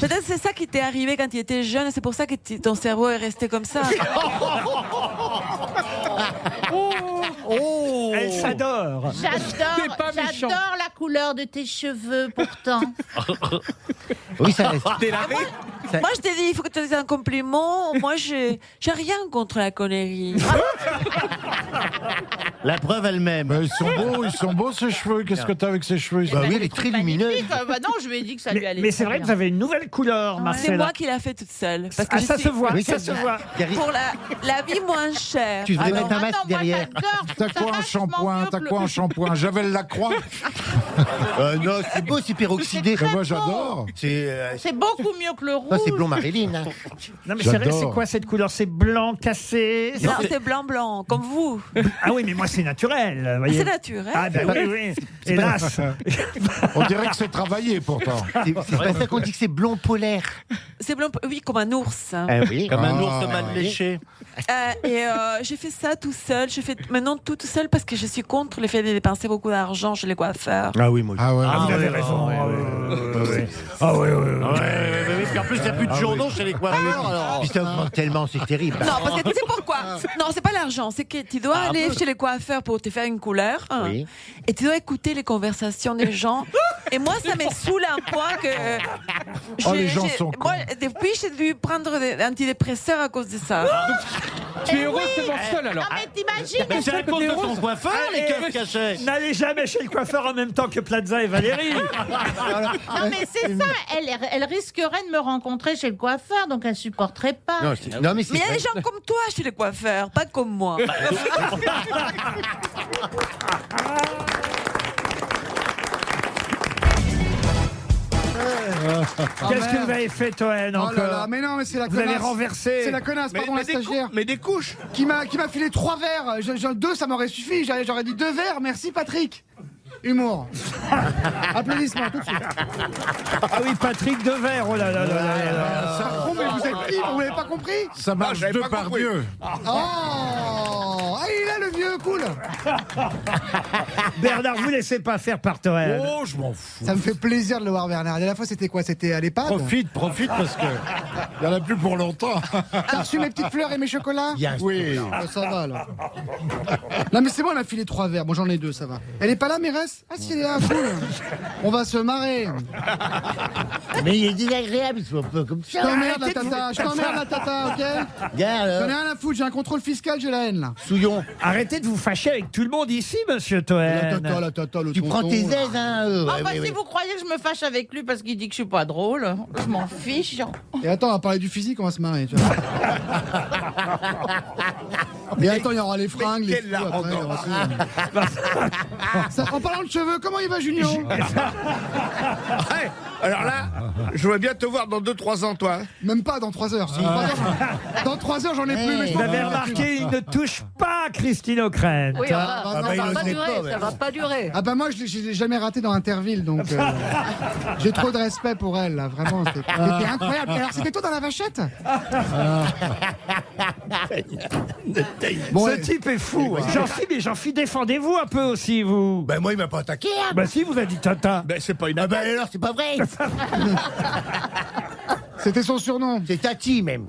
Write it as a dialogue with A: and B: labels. A: Peut-être c'est ça qui t'est arrivé quand tu étais jeune, c'est pour ça que t- ton cerveau est resté comme ça.
B: Elle s'adore.
C: J'adore, j'adore la couleur de tes cheveux pourtant.
D: Oui, ça reste.
A: Moi, je t'ai dit, il faut que tu te dises un compliment. Moi, j'ai j'ai rien contre la connerie.
D: La preuve elle-même.
E: Bah, ils sont beaux, ils sont beaux ces cheveux. Qu'est-ce que t'as avec ces
F: Eh
E: cheveux
F: ben,
D: Bah oui, elle est très lumineuse.
C: Magnifique, euh, bah non, je lui ai dit que ça lui
B: Mais,
C: allait.
B: mais c'est vrai
C: très
B: que vous
C: bien.
B: avez une nouvelle couleur,
A: C'est
B: Marcella.
A: moi qui l'a fait toute seule. Parce que
B: Ah,
A: je
B: ça
A: suis
B: se voit,
D: Oui,
B: ça
D: ça
B: se
D: se
B: voit.
D: Gary,
A: Pour la, la vie moins chère.
D: tu devrais
A: Alors,
D: mettre un
C: Ah non,
D: masque
C: moi,
D: derrière.
C: j'adore, je
E: T'as
C: trouve
E: quoi
C: ça
E: un
C: vachement
E: shampoing
C: mieux
E: T'as
C: que
E: quoi
C: le-
E: un shampoing Javel Lacroix
D: Euh, non, c'est beau, c'est peroxydé.
E: Mais Moi j'adore.
D: C'est euh,
C: C'est beaucoup mieux que le
D: ça,
C: rouge.
D: c'est blond Marilyn. hein.
B: Non, mais c'est vrai,
E: J'adore.
B: c'est quoi cette couleur C'est blanc, cassé c'est-
A: Non, c'est blanc blanc, comme vous.
B: Ah oui, mais moi, c'est naturel. vous voyez.
A: C'est hein. naturel.
B: Ah ben oui, oui. Hélas.
E: On dirait que c'est travaillé pourtant.
D: C'est c'est pas ça qu'on dit que c'est blond polaire.
A: C'est blanc, oui, comme un ours. hein.
D: Ah oui.
G: Comme un
E: Ah.
G: ours mal léché.
A: Euh, et euh, j'ai fait ça tout seul. J'ai fait maintenant tout tout seul parce que je suis contre le fait de dépenser beaucoup d'argent chez les coiffeurs.
D: Ah oui, moi.
E: Ah ouais.
B: Ah, vous
G: ouais,
B: avez
G: ah,
B: raison.
G: ouais,
B: Ah
G: ouais,
B: oui, oui, oui. Ah oui, oui, oui.
G: Ouais, ouais, ouais, ouais. Puis en plus, il n'y a plus
D: Ah
G: de journaux chez les coiffeurs. alors.
D: Puis ça augmente tellement, c'est terrible.
A: Non, parce que tu sais
E: Ah.
A: pourquoi Non, c'est pas l'argent. C'est que tu dois aller chez les coiffeurs pour te faire une couleur. hein,
D: Oui.
A: Et tu dois écouter les conversations des gens. Et moi, ça me saoule un point que. euh,
E: Oh,
A: j'ai-
E: les gens
A: j'ai-
E: sont
A: moi, depuis, j'ai dû prendre des antidépresseurs à cause de ça.
H: Tu es heureux de te voir seul alors.
C: Ah, mais t'imagines
G: Mais c'est à cause de ton
H: rose.
G: coiffeur, les
B: Allez.
G: keufs cachés.
B: N'allez jamais chez le coiffeur en même temps que Plaza et Valérie.
I: Ah,
C: Non, mais c'est ça. Elle, elle risquerait de me rencontrer chez le coiffeur, donc elle supporterait pas.
D: Non, c'est- non, mais c'est.
A: Mais il y a
D: vrai.
A: des gens comme toi chez les coiffeurs, pas comme moi.
B: Qu'est-ce que vous avez fait, Toen,
I: Oh
B: encore
I: là là, mais non, mais c'est la
B: euh, Vous
I: connasse.
B: avez renversé.
I: C'est la connasse, pardon, la stagiaire.
G: mais des couches.
I: Qui m'a, qui m'a filé trois verres. euh, Je- je- deux, ça m'aurait suffi. J'aurais, j'aurais dit deux verres. Merci, Patrick. Humour. Applaudissements, tout de suite.
B: Ah oui, Patrick Devers, oh là là là là là là.
I: Oh, mais vous êtes libre, vous n'avez pas compris
E: Ça marche deux par Dieu.
I: Oh Ah, il est là, le vieux, cool
B: Bernard, vous laissez pas faire par Toen.
E: Oh, je m'en fous.
I: Ça me fait plaisir de le voir, Bernard. La dernière fois, c'était quoi C'était à l'EHPAD
D: Oh,
E: Profite, profite parce que il y en a plus pour longtemps.
I: T'as reçu mes petites fleurs et mes chocolats
D: Il y a un-
E: Oui.
I: Ah, ça va alors. Non mais c'est bon, elle a filé trois verres. Bon, j'en ai deux, ça va. Elle est pas là, Mérès Ah si, elle est là, cool. On va se marrer.
D: Mais il est désagréable, ils sont un peu comme
I: Je
D: ça.
I: t'emmerde, la tata. Je t'emmerde, la tata, ok
D: Regarde,
I: J'en ai
D: euh,
I: rien à foutre, j'ai un contrôle fiscal, j'ai la haine là.
D: souillon.
B: Arrêtez de vous fâcher avec tout le monde ici, monsieur Toen.
I: la tata, le
D: Tu prends
I: tonton,
D: tes
I: là.
D: aises, hein. euh,
C: Ah
D: ouais,
C: bah
D: ouais,
C: si
D: ouais.
C: vous croyez que je me fâche avec lui parce qu'il dit que je suis pas drôle, je m'en fiche.
I: Et attends, on va parler du physique, on va se marrer, tu vois. Mais attends, il y aura les fringues, les fous, après, il y aura tout. Ça, En parlant de cheveux, comment il va, Junio
F: Ah Ouais, alors là, je veux bien te voir dans 2-3 ans, toi.
I: Même pas dans 3 heures. Si, trois heures, Dans 3 heures, j'en ai plus. mais je
B: Vous
I: m'en
B: avez
I: fous.
B: Eh. remarqué, il ne touche pas Christine O'Crane.
J: Oui,
I: Ah,
J: enfin,
I: bah, non,
J: ça
I: bah,
J: va pas
I: il
J: durer, ça va pas durer.
I: Ah bah moi je l'ai- je l'ai jamais raté dans Interville donc euh, j'ai trop de respect pour elle là vraiment c'est- c'était incroyable alors c'était toi dans la vachette
B: Ce type est fou. hein. Jean-Philippe, mais Jean-Philippe, défendez-vous un peu aussi, vous. Bah,
F: Ben moi, il m'a pas attaqué.
B: si, vous avez dit Tata.
F: Ben c'est pas une
D: Ah bah alors, c'est pas vrai.
I: c'était son surnom
D: C'est Tati, même.